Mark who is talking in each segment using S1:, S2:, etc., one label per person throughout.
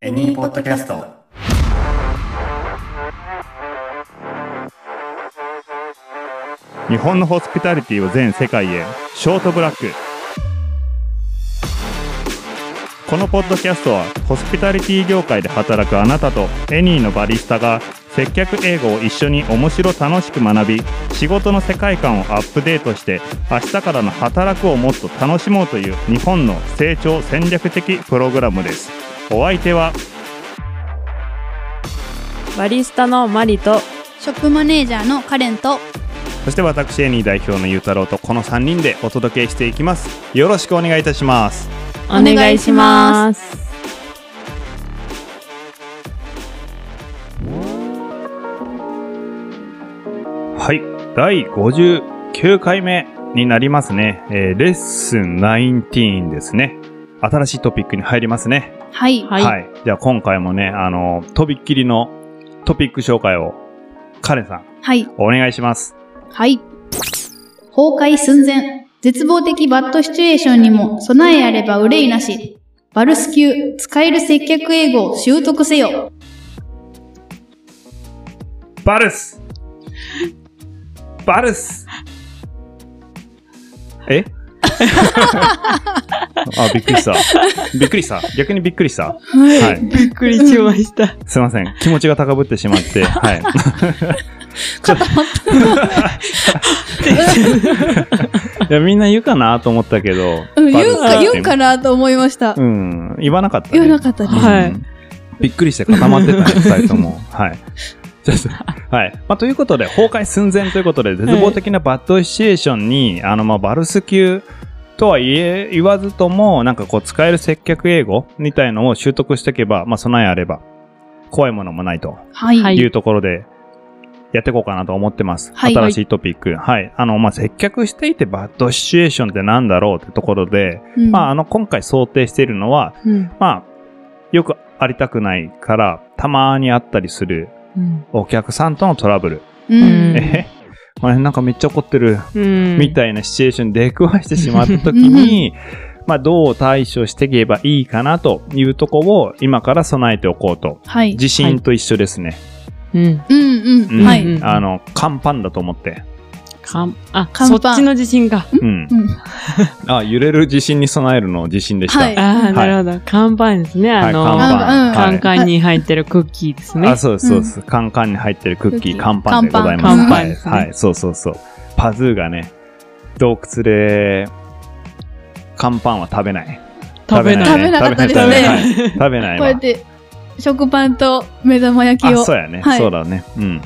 S1: エニーポッドキャスト。
S2: 日本のホスピタリティを全世界へショートブラックこのポッドキャストはホスピタリティ業界で働くあなたとエニーのバリスタが接客英語を一緒に面白楽しく学び仕事の世界観をアップデートして明日からの働くをもっと楽しもうという日本の成長戦略的プログラムですお相手は
S3: バリスタのマリと
S4: ショップマネージャーのカレンと
S2: そして私エニー代表のゆうたろうとこの3人でお届けしていきますよろしくお願いいたします
S3: お願いします。
S2: はい第59回目になりますね、えーレッスン19ですね新しいトピックに入りますね
S4: はい、
S3: はい。
S2: じゃあ今回もねあのとびっきりのトピック紹介をカレンさん
S4: はい、
S2: お願いします
S4: はい。崩壊寸前。絶望的バッドシチュエーションにも備えあれば憂いなし。バルス級、使える接客英語を習得せよ。
S2: バルスバルスえ あ、びっくりした。びっくりした。逆にびっくりした。はい。
S3: びっくりしました。
S2: すいません。気持ちが高ぶってしまって。はい。いや、みんな言うかなと思ったけど。
S5: うん、
S2: バル
S5: 言うか、
S2: って
S5: 言うかなと思いました
S2: う。ん。言わなかった、ね。
S5: 言わなかった
S2: うん
S5: です。
S3: はい
S2: びっくりして固まってたね、二人と も。はい。ちょっとはい。まあ、ということで、崩壊寸前ということで、絶望的なバッドシチュエーションに、あの、まあ、バルス級とは言え、言わずとも、なんかこう、使える接客英語みたいのを習得していけば、まあ、備えあれば、怖いものもないと
S4: はい。、
S3: はいい
S2: いうところで、やっていこうかなと思ってます。
S4: はい
S2: 新しいトピック。はい。あの、まあ、接客していてバッドシチュエーションってなんだろうってところで、
S5: うん
S2: まあ、あの、今回想定しているのは、
S3: うん。
S2: まあ、よくありたくないから、たまにあったりするお客さんとのトラブル。
S3: う
S5: う
S3: ん
S5: ん。
S2: えこれなんかめっちゃ怒ってる、
S3: うん。
S2: みたいなシチュエーションに出くわしてしまった時に、 まあ、どう対処していけばいいかなというとこを今から備えておこうと。
S5: はい。
S2: 地震と一緒ですね。
S3: うん。
S5: うんう
S2: うん
S5: ん。はい。
S3: うん
S2: あの、乾パンだと思って。
S3: かん、あ、
S5: 看
S3: そ
S5: 板
S3: っちの自信が。
S2: うん
S5: う。ん
S2: あ、揺れる地震に備えるの地震でした。
S5: はい
S3: ああ、なるほど。看板ですね。
S2: は
S3: あ
S2: い、
S3: の、
S2: 乾パン
S5: うん
S2: はい
S3: カンカンに入ってるクッキーですね
S2: あ、。そうです、そうです。カンカンに入ってるクッキー、
S5: クッキー
S2: カンパンでございます。
S3: 乾パン
S2: はい、
S3: 乾パン
S2: はい、そうそうそう。パズーがね、洞窟で、カンパンは食べない。
S3: 食べない。
S5: 食べなかったです
S2: 食
S5: ね
S2: べない食べない
S5: こう
S2: わ
S5: やって、食パンと目玉焼き
S2: あ、
S5: を。
S2: そうやね、
S5: はい
S2: そうだね。うん。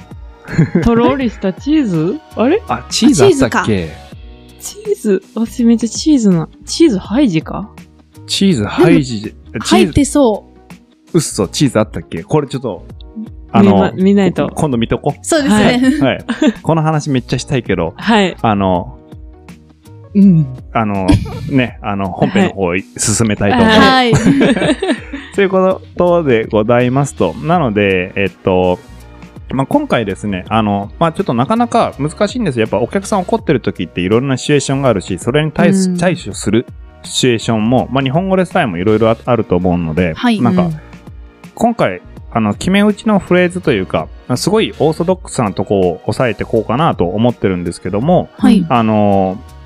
S3: とろりしたチーズあれ
S2: あ、チーズあったっけ
S3: チーズ私めっちゃチーズな、チーズハイジか
S2: チーズ、ハイジ、チ
S5: 入
S2: ー
S5: っ
S2: ズ、
S5: てそう。
S2: っそ、チーズあったっけこれちょっと、あの、
S3: 見ま見ないと
S2: 今度見とこ。
S5: そうですね。
S2: はい。この話めっちゃしたいけど、
S3: はい。
S2: あの、
S3: うん。
S2: あの、ね、あの、本編の方へ進めたいと思います。
S5: はい。
S2: ということでございますと。なので、えっと、まあ、今回ですね、あの、まあ、ちょっとなかなか難しいんですよ。やっぱお客さん怒ってる時っていろんなシチュエーションがあるし、それに対す
S3: うん
S2: 対処するシチュエーションも、まあ、日本語でさえもいろいろああると思うので、
S5: はい
S2: なんか、
S3: うん
S2: 今回、あの、決め打ちのフレーズというか、すごいオーソドックスなとこを抑えてこうかなと思ってるんですけども、
S5: はい。
S2: あのー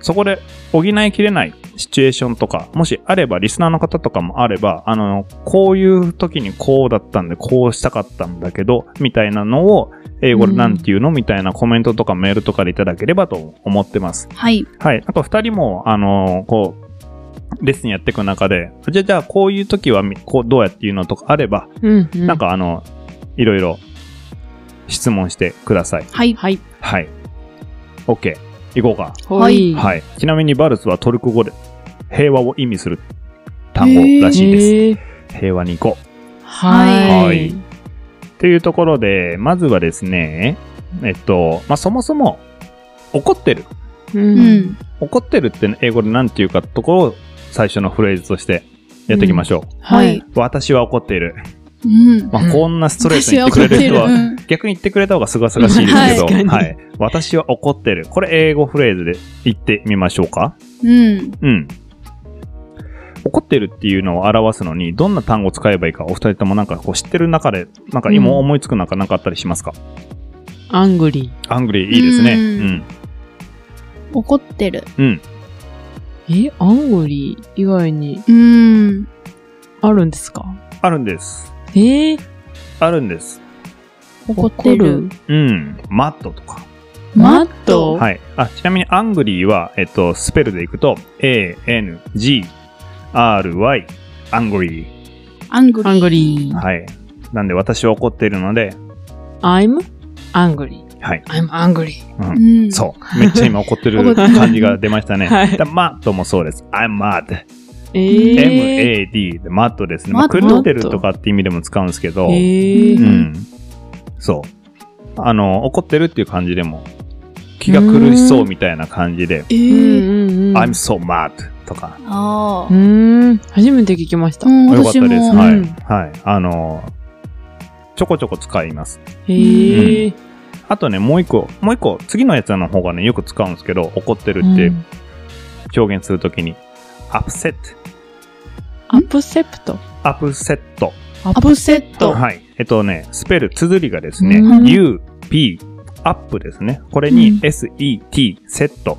S2: そこで補いきれないシチュエーションとか、もしあれば、リスナーの方とかもあれば、あのーこういう時にこうだったんで、こうしたかったんだけど、みたいなのを、英語でなんて言うの、みたいなコメントとかメールとかでいただければと思ってます。
S5: はい。
S2: はい。なんか二人も、あのーこう、レッスンやっていく中で、じゃあ、じゃあ、こういう時はみ、こう、どうやって言うのとかあれば、
S3: うん。うん
S2: なん、かあの、いろいろ質問してください。
S5: はい。
S3: はい。
S2: はい。OK。行こうか。
S3: ほい。
S2: はい。ちなみにバルスはトルコ語で平和を意味する単語らしいです。
S3: へー
S2: 平和に行こ
S3: はい。
S2: はいう。というところで、まずはですね、えっと、まあ、そもそも怒ってる。
S3: う。
S5: うんん。
S2: 怒ってるって英語で何て言うかってところを最初のフレーズとしてやっていきましょう。
S5: は
S3: はいい。
S2: 私は怒っている。
S5: うん。
S2: ま
S3: う
S2: あ、
S3: ん
S2: こんなストレート
S5: 私
S2: に言
S5: は
S2: ってく
S5: 怒
S2: れ
S5: っ
S2: る
S5: て
S2: 人
S5: る。
S2: は、
S5: うん
S2: 逆に言ってくれた方がすがすがしいですけど、
S3: はい確かに
S2: はい。私は怒ってる。これ英語フレーズで言ってみましょうか。
S5: うん。
S2: うん。怒ってるっていうのを表すのに、どんな単語を使えばいいか、お二人ともなんかこう知ってる中で、なんか今
S3: うん
S2: 思いつくなんかなんかあったりしますか、
S3: アングリ
S2: アングリーいいですね。う。
S5: うん怒ってる。
S2: うん。
S3: ー。え、アングリー以外に
S5: うーん。
S3: あるんですか
S2: あるんです。
S3: えー、
S2: あるんです。
S5: 怒ってる。。
S2: うん。マットとか。
S5: マット。
S3: お
S2: はい。あ、ちなみにアングリーは、えっと、スペルでいくと、A, N, G, R, Y, アングリー。
S5: アングリ
S3: ア
S5: ー。
S3: ングリー。
S2: はい。なんで私は怒っているので、
S3: I'm angry.
S2: はい。
S3: I'm angry.
S2: うん
S5: う ん。
S2: そう。めっちゃ今怒ってる感じが出ましたね。
S3: はい
S2: だマットもそうです。I'm mad.
S3: え
S2: M-A-D でマットですね。まあ、
S5: マッ
S3: ト
S2: 狂ってるとかって意味でも使うんですけど、
S3: え
S2: う
S3: ー。
S2: ん。そう。あの、怒ってるっていう感じでも、気が苦しそうみたいな感じで、
S5: え
S3: う
S5: ー。
S3: んうんうん。
S2: I'm so mad とか、
S5: あ
S3: うーん。初めて聞きました
S5: あ。う。ん、
S2: よかった
S5: 私も。
S2: です。
S3: ん
S2: はい。
S3: うん
S2: はい。あの、ちょこちょこ使います。
S3: えー。
S2: あとね、もう一個、もう一個、次のやつの方がね、よく使うんですけど、怒ってるって
S3: うん
S2: 表現するときに、upset、
S3: アップセプト。
S2: upset。
S3: ア
S5: アップセット。
S2: はい。えっとね、スペル、綴りがですね、
S3: うん
S2: U, P, アップですね。これ
S5: う
S2: に
S5: ん
S2: S, E, T, セット。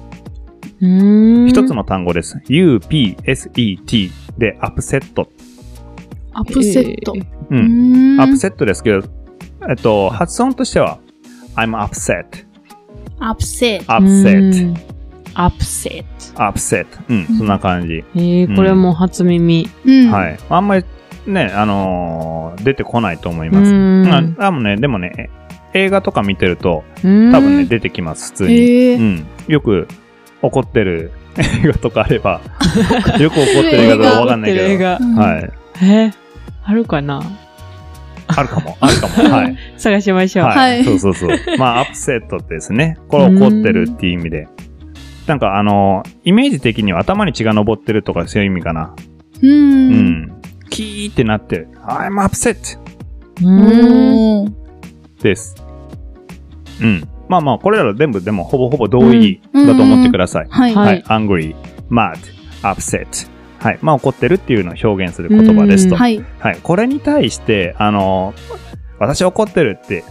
S3: うーん。
S2: 一つの単語です。U, P, S, E, T でアップセット。
S5: アップセット
S3: え。
S2: う。
S5: うんーん
S2: アップセットですけど、えっと、発音としては、I'm upset,
S5: アップセット。
S2: upset,
S3: うん。アップセッ
S2: upset. うん、そんな感じ。
S3: ト。え
S2: うん
S3: ー、これも初耳。
S5: うん。。
S2: はいい。あんまりね、あのー出てこないと思いうます。
S3: ん。
S2: まあ、多分ね、でもね、映画とか見てると、多
S3: 多
S2: 分ね、出てきます、普通に。
S5: え
S2: う
S5: ー。。
S2: ん、よく怒ってる映画とかあれ ばよく怒ってる映画とかわかんないけど、
S3: ど。
S2: はいい、
S3: え、あるかな
S2: あるかもあるかもはい、
S3: 探しましょう。
S2: は、
S5: はいい
S2: そうそうそうまあアップセットですねこれ怒ってるっていう意味でなんかあのイメージ的には頭に血が上ってるとかそういう意味かな
S5: う
S2: うん、
S5: ん。
S2: キーってなって「I'm upset
S3: う
S5: う
S3: ーん。
S5: ん。」
S2: ですうんまあまあこれら全部でもほぼほぼ同意
S5: うん
S2: だと思ってください、
S5: はい。
S3: は
S2: はいい、angry, mad, upset。はい。まあ、怒ってるっていうのを表現する言葉ですと。
S3: うん
S2: はい、
S5: はい。
S2: これに対して、あの、私怒ってるって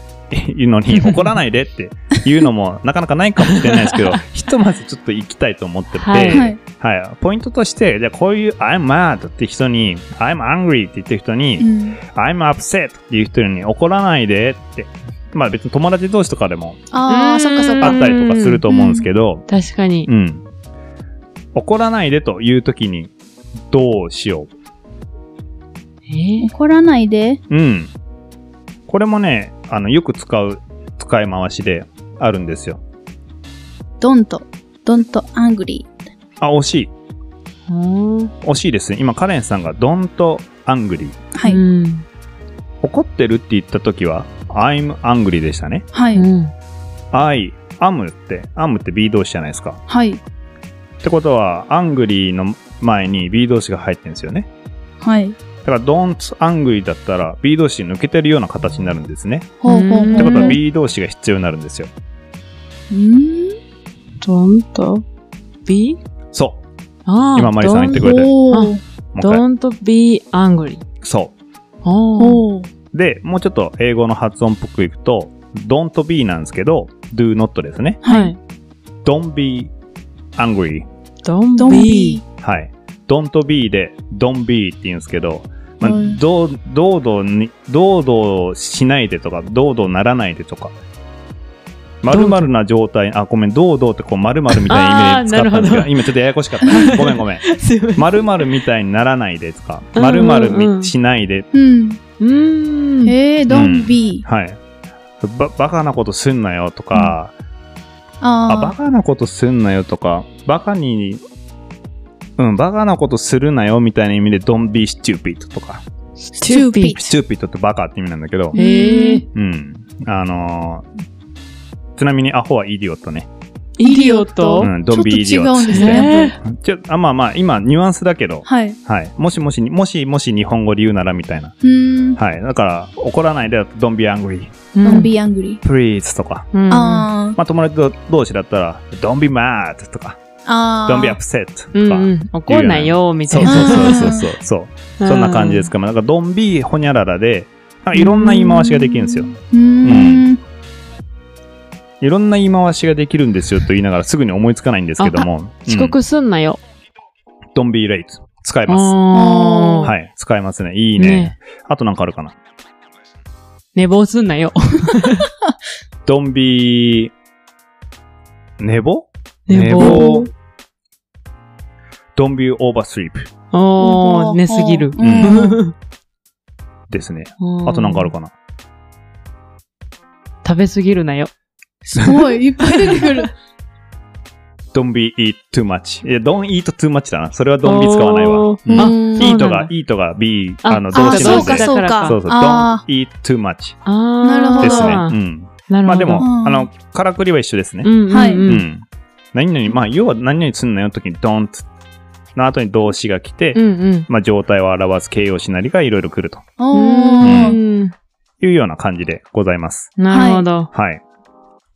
S2: いうのに、怒らないでっていうのも、なかなかないかもしれないですけど、ひとまずちょっと行きたいと思ってて、は、
S3: はいい
S5: はい。
S2: ポイントとして、じゃあこういう I'm mad って人に、I'm angry って言ってる人に、
S5: うん。
S2: I'm upset っていう人に怒らないでって、まあ別に友達同士とかでも
S3: う
S5: あ
S3: ん
S5: あ、そっかそっ
S2: あ
S5: か。
S2: ったりとかすると思うんですけど、
S3: 確かに
S2: う。ん。怒らないでというときに、どうしよ
S3: え
S5: 怒らないで。
S2: う。うん。これもね、あの、よく使う、使い回しであるんですよ。
S5: ドンと。ドンとアングリー。
S2: あ、惜しい。
S3: うん
S2: 惜しいですね。今、カレンさんが、ドンとアングリー。
S5: は
S3: う
S5: い。
S3: ん。
S2: 怒ってるって言ったときは、I'm angry でしたね。
S5: は
S3: う
S5: い。
S3: ん
S2: I am って、am って B 動詞じゃないですか。
S5: はい。
S2: ってことは、アングリーの前に B 動詞が入ってるんですよね。
S5: はい。
S2: だから、don't angry だったら、B 動詞抜けてるような形になるんですね。
S5: ほうほうほう。
S2: ってことは、B 動詞が必要になるんですよ。
S5: うん。
S3: どんと be?
S2: そう。
S3: ああ。
S2: 今マリさんが言ってくれた
S5: おー。
S2: もう一回
S3: Don't don't be angry.
S2: そ
S3: おー
S5: おー。
S2: う。で、もうちょっと英語の発音っぽくいくと、don't be なんですけど、do not ですね。
S3: はい。
S2: don't be angry。
S5: ド
S3: Don't
S5: ン
S3: be
S5: ビ
S2: はい。don't be で、don't be って言うんですけど、まあ
S5: うん
S2: どう堂々に、堂々しないでとか、堂々ならないでとか、まるまるな状態、あ、ごめん、堂々ってこう、まるまるみたいな意味で使ったんです
S3: あーなる
S2: け
S3: ほ
S2: ど、
S3: ど
S2: 今ちょっとややこしかった。ごめんご めん。
S3: すいません。
S2: まるまるみたいにならないでとか、
S3: うん
S2: まるまる
S3: うんうん
S2: みしないで
S5: うん。
S3: うーん。
S5: えー、ドンビー。
S2: はい。ば、バカなことすんなよとか、あ、バ
S5: あ
S2: カなことすんなよとか、バカに、うん、バカなことするなよみたいな意味で、don't be stupid とか、
S5: Stupid
S2: stupid ってバカって意味なんだけど
S5: う、ん
S3: えー。
S2: うん。あのーちなみにアホはイディオットね。
S3: イディオッ
S5: お
S3: ト
S2: うん、don't be
S5: ちょっと違うんです
S2: idiot
S5: ね
S3: ね
S2: ちょあまあまあ、今、ニュアンスだけど
S5: あ。、はい。
S2: はい。もしもし、もしもし日本語で言うならみたいな。
S5: うん。
S2: はい。だから、怒らないで、don't be angry,
S3: え。
S5: ドンビーアングリー。
S2: please とか。
S3: うん。
S2: ま
S5: あ
S2: あ、友達同士だったら、Don't be mad とか、
S5: あ。あー
S2: don't be upset とか、
S3: うんうん。怒んないよ、みた
S2: そ
S3: いうな。
S2: そうそうそうそうそうそんな感じです
S3: か。
S2: か。まあなんか、ドンビーホニャララで、なんかいろんな言い回しができるんですよ。
S5: うーん。
S2: いろんな言い回しができるんですよと言いながらすぐに思いつかないんですけども。
S3: 遅刻すんなよ。
S2: ドンビーレイト。使えます。
S3: あー
S2: はい。使えますね。いいね。
S3: ね
S2: あとなんかあるかな。
S3: 寝坊すんなよ。
S2: ドンビー、寝坊
S3: 寝坊。
S2: ドンビーオーバースリープ
S3: おー、
S5: うん
S3: 寝すぎる。
S2: うんですね。あとなんかある
S3: か
S2: かな。
S3: 食べすぎるなよ。
S5: すごい、いっぱい出てくる。
S2: ドンビー eat too much。いや、don't eat too much だな。それはドンビー使わないわ。
S3: お
S2: う
S3: ー
S2: ん
S3: あ、
S2: イー
S3: そ
S2: ト
S3: うな
S2: が
S3: んだ、
S2: イートが B、
S3: あ
S2: あの、動
S5: あー、
S2: 詞な
S5: そ
S2: ん
S5: う
S2: で
S5: か、。
S3: だ
S5: そう
S3: から
S5: か。
S3: か
S2: そうそう、don't
S5: あ
S2: eat too much
S3: あー
S5: なるほど
S2: ですね。うん。
S3: なるほど。
S2: まあでも、
S5: うん
S2: あの、からくりは一緒ですね
S3: う。ん、うん、
S5: はいう
S3: うん。
S2: ん。何々、まあ、要は何々すんなよの時に don't の後に動詞が来て
S3: う、ん、
S2: まあ、状態を表す形容詞なりがいろいろ来ると
S5: ー
S3: う
S5: お
S3: ん。
S5: ー。
S2: いうような感じでございます。
S3: なるほど。
S2: はい。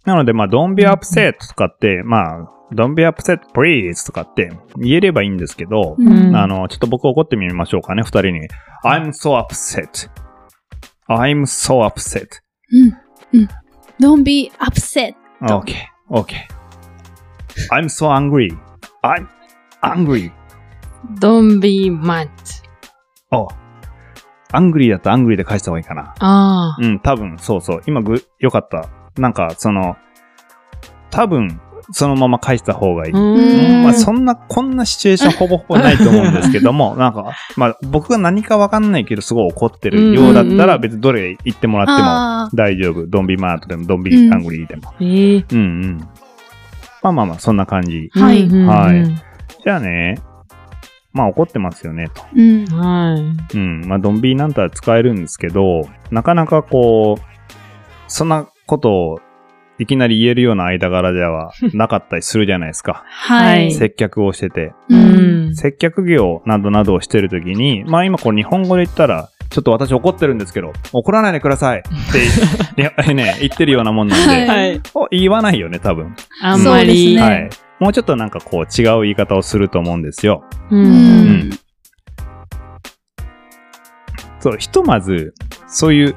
S2: なので、まあ、don't be upset とかって、まあ、don't be upset please とかって言えればいいんですけど、
S3: うん
S2: あの、ちょっと僕怒ってみましょうかね、二人に。I'm so upset. I'm so upset.
S5: ドンビーアップセッ
S2: Okay, okay. I'm so angry. I'm angry.
S3: ドンビーマッチ。
S2: おアングリーだとアングリーで返した方がいいかな。
S3: あ
S2: うん、多分、そうそう。今ぐ、よかった。なんか、その、多分、そのまま返した方がいい。
S3: あ。
S5: ん
S2: まあ、そんな、こんなシチュエーション ほぼほぼないと思うんですけども、なんか、まあ、僕が何かわかんないけど、すごい怒ってるようだっ
S3: う
S2: た
S3: んうんう
S2: ら、
S3: ん
S2: 別にどれ言ってもらっても
S5: あー
S2: 大丈夫。ドンビマートでも、ドン
S5: う
S2: ビ
S5: ん
S2: アングリーでも。
S3: ええ。
S2: うんうん。まあまあまあ、そんな感じ。
S5: はい
S3: うんうんうん
S2: はいじゃあね、まあ怒ってますよね、と。
S5: うん。
S3: はい。
S2: うん。まあ、ドンビーなんたら使えるんですけど、なかなかこう、そんなことをいきなり言えるような間柄ではなかったりするじゃないですか。
S5: は
S3: はい
S5: い。
S2: 接客をしてて。
S3: う
S5: う。
S3: んん。
S2: 接客業などなどをしてるときに、まあ今こう日本語で言ったら、ちょっと私怒ってるんですけど、怒らないでくださいっていやね、言ってるようなもんなんで、
S3: はい。
S2: お言わないよね、多分。
S3: あんまり。
S5: ね
S2: はい。もうちょっとなんかこう違う言い方をすると思うんですよ。
S3: う。
S5: うんん。
S2: そう、ひとまず、そういう、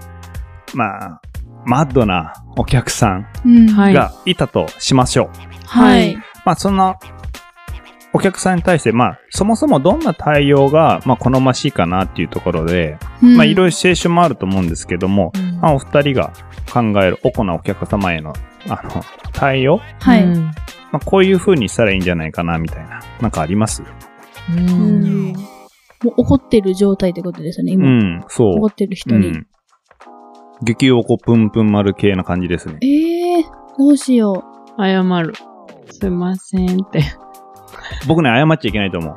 S2: まあ、マッドなお客さん
S5: うん
S3: はい。
S2: がいたとしましょう。
S5: はい。
S2: まあ、そんなお客さんに対して、まあ、そもそもどんな対応が、まあ、好ましいかなっていうところで、まあ、いろいろシチュエーションもあると思うんですけども、
S3: うん
S2: まあ、お二人が考えるおこなお客様への、あの、対応、
S5: は
S3: う
S5: い。
S3: ん
S2: まあ、こういう風にしたらいいんじゃないかな、みたいな。なんかあります
S3: うん。
S5: もう怒ってる状態ってことですよね、
S2: う
S5: 今。
S2: ん、そう。
S5: 怒ってる人
S2: う
S5: に。
S2: ん。激おこぷんぷん丸系な感じですね。
S5: ええー、どうしよ
S3: 謝る。すいませんって。
S2: 僕ね、謝っちゃいけないと思う。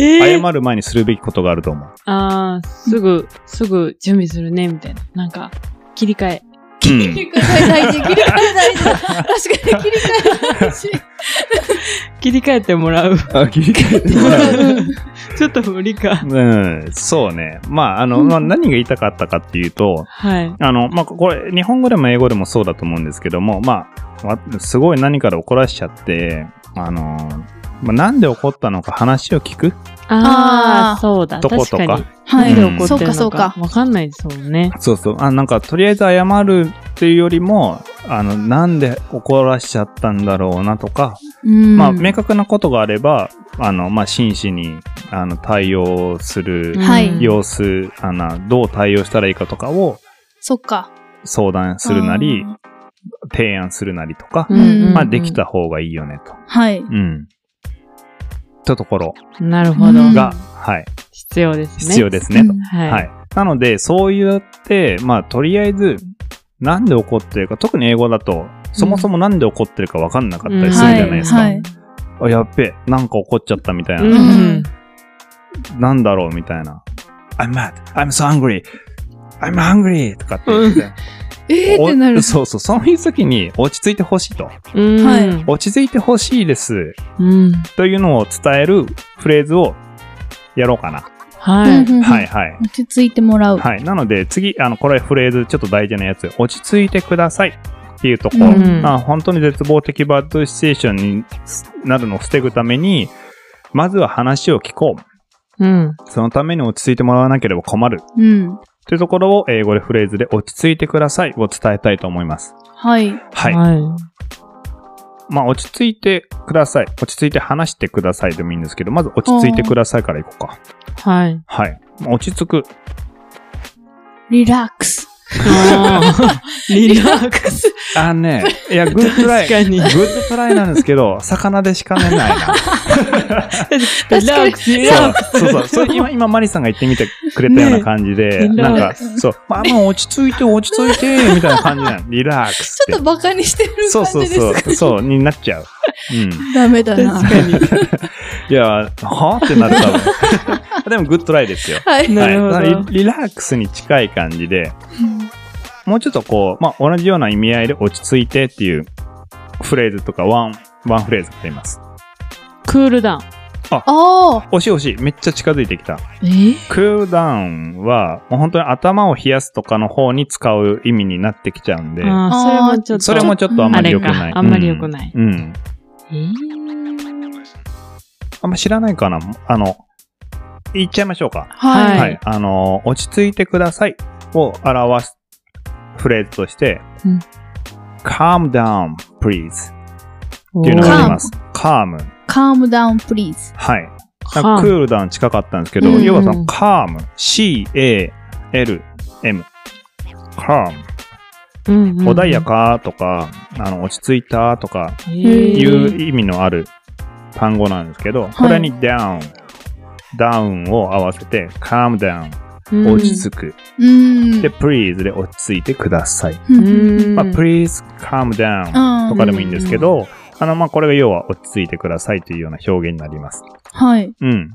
S3: え
S2: 謝る前にするべきことがあると思う。
S3: ああ、すぐ、すぐ準備するね、みたいな。なんか、切り替え。
S2: う
S5: う。
S2: ん
S5: 切り替え大事、切り替え大事。確かに切り替え大事。
S3: 切り替えてもらう。
S2: あ、切り替えてもらう。
S3: ちょっと無理か。
S2: うん、そうね。まあ、あの、まあ、何が言いたかったかっていうと、
S3: はい。
S2: あの、まあ、これ、日本語でも英語でもそうだと思うんですけども、まあ、わすごい何かで怒らしちゃって、あの、まあ、なんで怒ったのか話を聞く
S3: ああ、そうだ。
S2: と
S3: 確
S2: こと
S3: かに
S2: か。。
S5: は
S3: なん
S5: い。
S3: で
S2: うん
S3: 怒
S5: そ
S3: っ
S5: う
S3: てるの
S5: か、そうか。
S3: わかんないですもんね。
S2: そうそう。あ、なんか、とりあえず謝るっていうよりも、あの、なんで怒らしちゃったんだろうなとか、
S5: うん
S2: まあ、明確なことがあれば、あの、まあ、真摯に、あの、対応する
S5: はい
S3: うん
S2: 様子、あの、どう対応したらいいかとかを
S5: そっか。
S2: 相談するなり
S5: あ、ー。
S2: 提案するなりとか
S3: う、んうんうん
S2: まあ、でき。た方がいいよね、と。
S5: はい。
S2: うん。とところ
S3: なるほど
S5: う。ん
S2: が、はい、
S3: 必要ですね。
S2: 必要ですね、と。
S3: はい。
S2: はい。なので、そうやって、まあ、とりあえず、なんで怒ってるか、特に英語だと、そもそもなんで怒ってるか分かんなかったりするじゃないですか。
S5: うんはい
S2: あ、やっべ、なんか怒っちゃったみたいな。
S3: うん。
S2: なんだろうみたいな。I'm mad. I'm so angry. I'm hungry. とかって言って。
S5: ええー、ってな
S2: お
S5: る。
S2: そうそう。そういう時に落ち着いてほしいと。
S3: うん。
S5: はい
S2: 落ち着いてほしいです。
S3: うん。
S2: というのを伝えるフレーズをやろうかな。
S3: は
S5: うん
S3: い。
S5: うんうん
S2: はいはい。
S5: 落ち着いてもらう。
S2: はい。なので次、あの、これフレーズちょっと大事なやつ。落ち着いてください。っていうところ、
S3: うん
S2: あ本当に絶望的バッドシチュエーションになるのを防ぐために、まずは話を聞こう。
S3: うん。
S2: そのために落ち着いてもらわなければ困る。
S4: うん。
S2: というところを英語でフレーズで落ち着いてくださいを伝えたいと思います。
S4: はい。
S2: はい。まあ落ち着いてください。落ち着いて話してくださいでもいいんですけど、まず落ち着いてくださいからいこうか。
S3: はい。
S2: はい。まあ落ち着く。
S4: リラックス。
S3: はい。リラックス。
S2: あーね、い や、グッドトライ。
S3: 確
S2: グ
S3: かに
S2: ッドトライなんですけど、魚でしかねないな。
S3: リラックス、リ
S2: そ
S3: ラッ
S2: うそうそう。それ今、今、マリさんが言ってみてくれたような感じで、
S3: ね
S2: なん
S3: リラッ
S2: か、そう、まあ、まあ、落ち着いて、落ち着いて、みたいな感じなの。リラックスって。
S4: ちょっとバカにしてる
S2: そう
S4: 感じ
S2: そう
S4: です
S2: そう
S4: か。、
S2: そう、になっちゃう。うん。
S4: ダメだ
S3: クス。
S4: な。
S3: 確か
S2: いや、はぁってなる多分。でも、 グッドトライですよ。
S4: はい。
S3: に。なるほ
S2: はいだから
S3: ど。
S2: リリラックスに近い感じで、もうちょっとこう、まあ、同じような意味合いで落ち着いてっていうフレーズとか、ワン、ワンフレーズがあります。
S3: クールダウン。
S4: ああ。
S2: 惜しい惜しい。めっちゃ近づいてきた。
S3: え
S2: クールダウンは、もう本当に頭を冷やすとかの方に使う意味になってきちゃうんで、
S3: ああ、それもちょっと。
S2: それもちょっとあんまり良く
S3: あ
S2: な
S3: れ
S2: い。
S3: かあんまり良くない
S2: うん。うん
S3: えー
S2: あんま知らないかなあの、言っちゃいましょうか。
S3: はい
S2: はい。あの、落ち着いてくださいを表すフレーズとして、
S3: うん
S2: calm down, please
S3: お
S2: っていうの
S4: が
S2: があり
S3: ー
S2: ます。calm。
S4: カームダウンプリーズ。
S2: はい。
S3: カ
S2: なん
S3: ー
S2: か
S3: ム
S2: クールダウン近かったんですけど、
S4: うん
S2: 要はその calm, c-a-l-m, calm
S3: うんうん
S2: 穏やかとか、あの、落ち着いたとか
S3: え
S4: ん
S3: ー
S2: いう意味のある単語なんですけど、これに down、ダウンを合わせて calm down、
S3: うん
S2: 落ち着く。
S4: うーん。
S2: で、please で落ち着いてください。
S4: う。
S3: うんん
S2: まあ、please calm down とかでもいいんですけど、あの、まあ、これが要は落ち着いてくださいというような表現になります。
S4: はい。
S2: うん。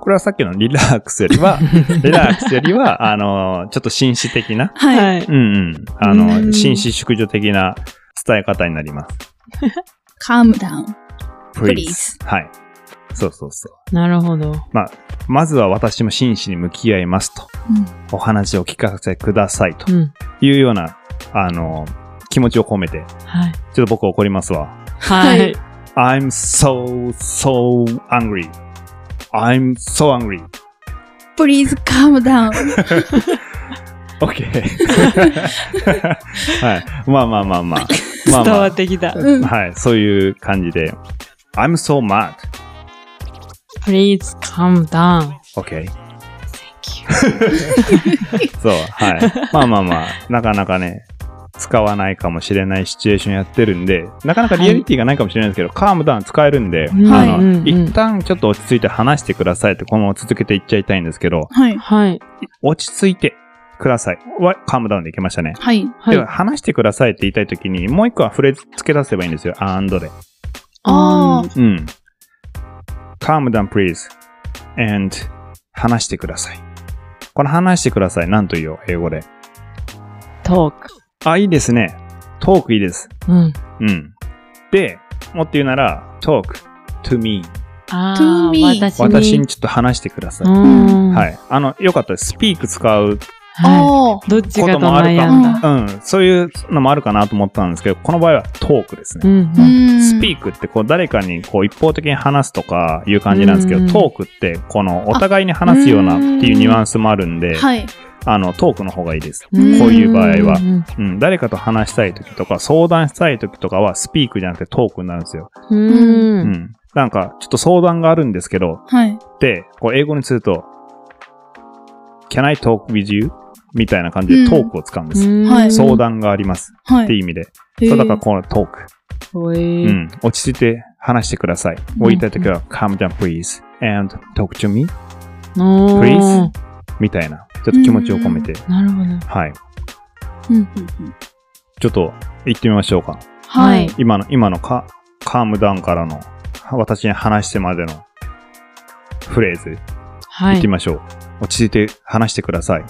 S2: これはさっきのリラックスより は、リラックスよりは、あの、ちょっと紳士的な、
S4: はい。
S3: はい。
S2: うんうん、あ
S3: う
S2: の、
S3: ん
S2: 紳士淑女的な伝え方になります。
S4: カームダウン。
S2: please。はい。そうそうそう。
S3: なるほど。
S2: まずは私も真摯に向き合いますと。
S4: うん
S2: お話を聞かせてくださいと
S3: うん。
S2: いうような、あの、気持ちを込めて、
S3: はい。
S2: ちょっと僕怒りますわ。
S3: はい。
S2: I'm so, so angry.I'm so angry.
S4: Please calm down.
S2: OK. はい。まあまあまあまあ。まあ
S3: 伝
S2: ま
S3: わ
S2: あ
S3: っ。てきた。
S4: うん。
S2: はい。そういう感じで。I'm so mad.
S3: Please calm down.
S2: OK.
S3: Thank
S2: そう。はい。まあまあまあ。なかなかね、使わないかもしれないシチュエーションやってるんで、なかなかリアリティがないかもしれないですけど、カームダウン使えるんで、
S3: うん
S2: あの、
S3: うんうん
S2: 一旦ちょっと落ち着いて話してくださいって、このまま続けていっちゃいたいんですけど、
S4: はい
S3: you.。はい。
S2: 落ち着いてください。は、カームダウンでいけましたね。
S4: はい。
S3: はい
S2: では、話してくださいって言いたいときに、もう一個はフレーズ付け出せばいいんですよ。and で。
S4: あー
S2: うん。calm down please and 話してください。この話してください。なんと言おう英語で。
S3: トーク。
S2: あ、いいですね。トークいいです。
S3: うん。
S2: うん。で、もっと言うなら、トーク to me。
S3: あ
S4: To
S3: あ、
S4: me
S3: 私に。
S2: 私にちょっと話してください。
S3: は。
S2: はいい。あの、よかったです。speak 使う。
S3: は
S4: あ
S3: い。どっちかと
S2: こともあるか
S3: 悩んだ。
S2: うん。そういうのもあるかなと思ったんですけど、この場合はトークです
S3: う
S2: ね。
S3: ん
S4: ー。う。ん。
S2: スピークってこう誰かにこう一方的に話すとかいう感じなんですけど、
S3: うん
S2: トークってこのお互いに話すようなっていうニュアンスもあるんで、
S4: はい。
S2: あの、トークの方がいいです。
S3: ん
S2: こういう場合は
S3: うん
S2: うん、誰かと話したい時とか、相談したい時とかは、スピークじゃなくてトークになるんですよ。
S3: うん
S2: う
S3: うん。
S2: ん。なんか、ちょっと相談があるんですけど、
S4: はい。
S2: で、こう英語にすると、can I talk with you? みたいな感じでトークを使うんです。
S4: はいうん
S2: 相談があります。
S4: は
S2: って
S4: い。
S2: いう意味で。
S4: えー
S2: そうだからこのトーク。
S3: そう
S2: う。
S3: いうん
S2: 落ち着いて話してください。
S3: うん
S2: を言いたい時は、calm down please and talk to me?
S3: おー
S2: Please？みたいな。ちょっと気持ちを込めて。
S3: なるほど。
S2: はい。
S4: うんうんうん
S2: ちょっと、行ってみましょうか。
S4: は
S3: はいい。
S2: 今の、今のカカームダウンからの、私に話してまでのフレーズ、
S3: は
S2: 行って
S3: い
S2: み。ましょう。落ち着いて話してください。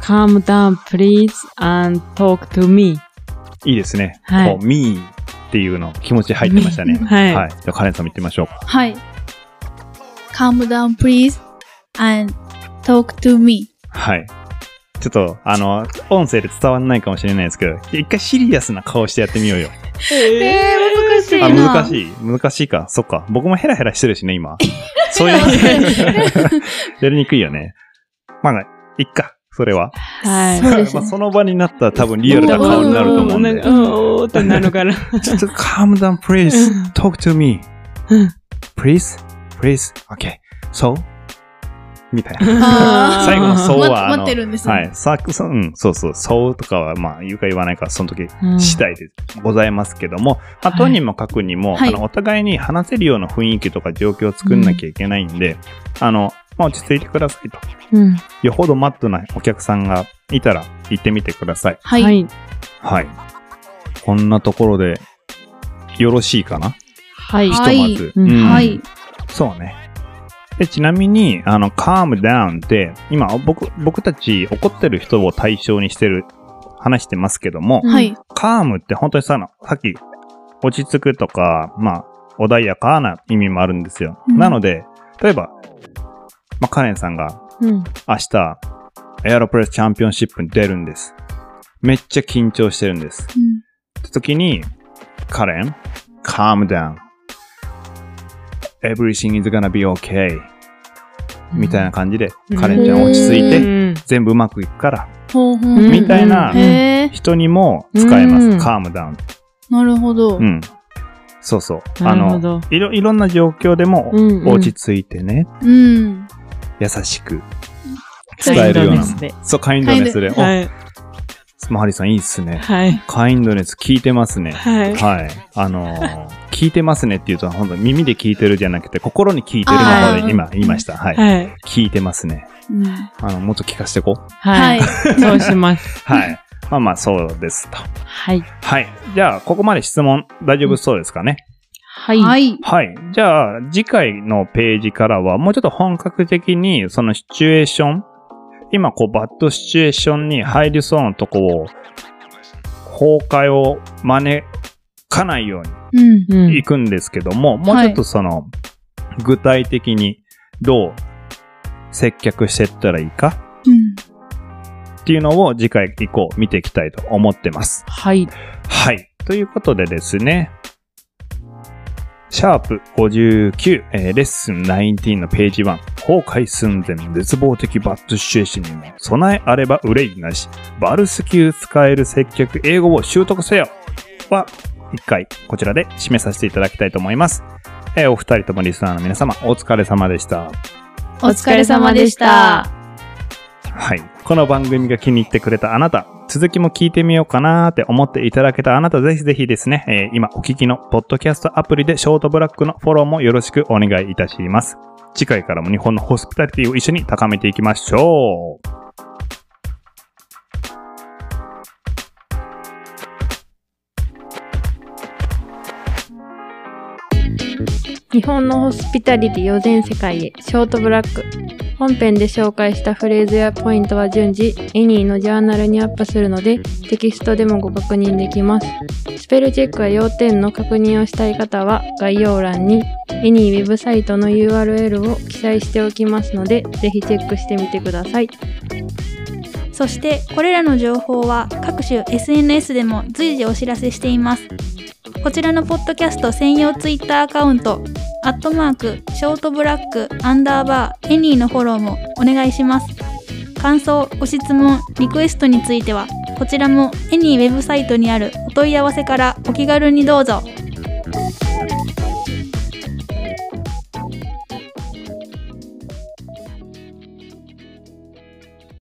S3: calm down please and talk to me.
S2: いいですね。
S3: はい
S2: こう、me っていうの、気持ち入ってましたね。
S3: はい。
S2: はい。じゃあ、カレンさんも行ってみましょうか。
S4: はい。calm down please and talk to me.
S2: はい。ちょっと、あの、音声で伝わらないかもしれないですけど、一回シリアスな顔してやってみようよ。
S4: えー、難しい
S2: あ、
S4: な。
S2: 難しい。難しいか。そっか。僕もヘラヘラしてるしね、 今。そうい
S4: ヘ
S2: う、 やりにくいよね。まあ、いっか。それは。
S3: はい。
S5: そうです
S2: まあ、
S5: ね。
S2: その場になったら多分リアルな顔になると思うんで。
S3: う
S2: ち
S3: ん、おーってなるか
S2: ょ
S3: ら。
S2: っと、calm down, please. Talk to me.
S3: うん
S2: Please, please, okay. So? みたいな。
S4: あー
S2: 最後のそうは、あ
S4: 待
S2: の
S4: 待ってるんですね
S2: はい。さ、そうん、そうそう、そうとかは、まあ、言うか言わないか、その時、
S3: うん
S2: 次第でございますけども、まあ、
S3: はい
S2: とにもかくにも、
S4: はい
S2: あの、お互いに話せるような雰囲気とか状況を作んなきゃいけないんで、あの、まあ、落ち着いてくださいと。
S3: うん。
S2: よほどマットなお客さんがいたら、行ってみてください。
S4: はい。
S3: はい。
S2: はい。こんなところで、よろしいかな
S3: はい。
S2: ひと
S4: はい
S2: まず。
S3: うん
S2: うん
S4: はい。
S2: そうね。でちなみに、あの、calm down って、今、僕、僕たち怒ってる人を対象にしてる、話してますけども、
S4: は
S3: う
S4: い。
S2: calm って本当にさ、さっき、落ち着くとか、まあ、穏やかな意味もあるんですよ。
S4: うん
S2: なので、例えば、まあ、カレンさんが
S3: うん。
S2: 明日、エアロプレスチャンピオンシップに出るんです。めっちゃ緊張してるんです。
S4: うん
S2: って時に、カレン、calm down. Everything is gonna be okay. みたいな感じで、カレンちゃん落ち着いて、
S3: うん
S2: 全部うまくいくから、
S4: ほうほう。
S3: うん
S2: みたいな
S3: うん
S4: へえ、
S2: 人にも使えま
S3: うん
S2: す。calm down.
S4: なるほど
S2: う。ん。そうそう。あ
S3: なるほ
S2: の、
S3: ど。
S2: いろ、いろんな状況でも、
S3: うんうん
S2: 落ち着いてね、
S4: うん。
S2: 優しく伝えるよう
S3: カインドネ
S2: な
S3: ス。で
S2: そう、カインドネスで。お、
S3: はい。
S2: マハリさんいいっすね。
S3: はい。
S2: カインドネス効いてますね。
S3: はい。
S2: はい。あのー聞いてますねっていうと、本当耳で聞いてるじゃなくて、心に聞いてるのま
S4: あー
S2: で今言いました。はい。
S3: はい。
S2: 聞いてますね。
S4: うん
S2: あの、もっと聞かせてこう。
S3: は
S4: はいい。。
S3: そうします。
S2: はい。 まあまあ、そうですと。
S3: はい。
S2: はい。じゃあ、ここまで質問大丈夫そうですかね。
S3: は。
S4: はいい。
S2: はい。じゃあ、次回のページからは、もうちょっと本格的に、そのシチュエーション、今、こう、バッドシチュエーションに入りそうなとこを、崩壊を招かないように、
S4: うん。
S3: うん
S2: 行くんですけども、もうちょっとその、具体的にどう接客してったらいいか
S4: うん。
S2: っていうのを次回以降見ていきたいと思ってます。
S3: はい。
S2: はい。ということでですね、シャープ59、えーレッスン19のページ1、崩壊寸前、絶望的バッドシチュエーションにも備えあれば憂いなし、バルス級使える接客英語を習得せよは、一回こちらで締めさせていただきたいと思います。えーお二人ともリスナーの皆様、お疲れ様でした。
S4: お疲れ様でした。
S2: はい。この番組が気に入ってくれたあなた、続きも聞いてみようかなーって思っていただけたあなた、ぜひぜひですね、えー今お聞きのポッドキャストアプリでショートブラックのフォローもよろしくお願いいたします。次回からも日本のホスピタリティを一緒に高めていきましょう。
S1: 日本のホスピタリティを全世界へショートブラック本編で紹介したフレーズやポイントは順次エニーのジャーナルにアップするのでテキストでもご確認できますスペルチェックや要点の確認をしたい方は概要欄にエニーウェブサイトの URL を記載しておきますのでぜひチェックしてみてください
S6: そしてこれらの情報は各種 SNS でも随時お知らせしていますこちらのポッドキャスト専用ツイッターアカウントアットマークショートブラックアンダーバーエニーのフォローもお願いします感想ご質問リクエストについてはこちらもエニーウェブサイトにあるお問い合わせからお気軽にどうぞ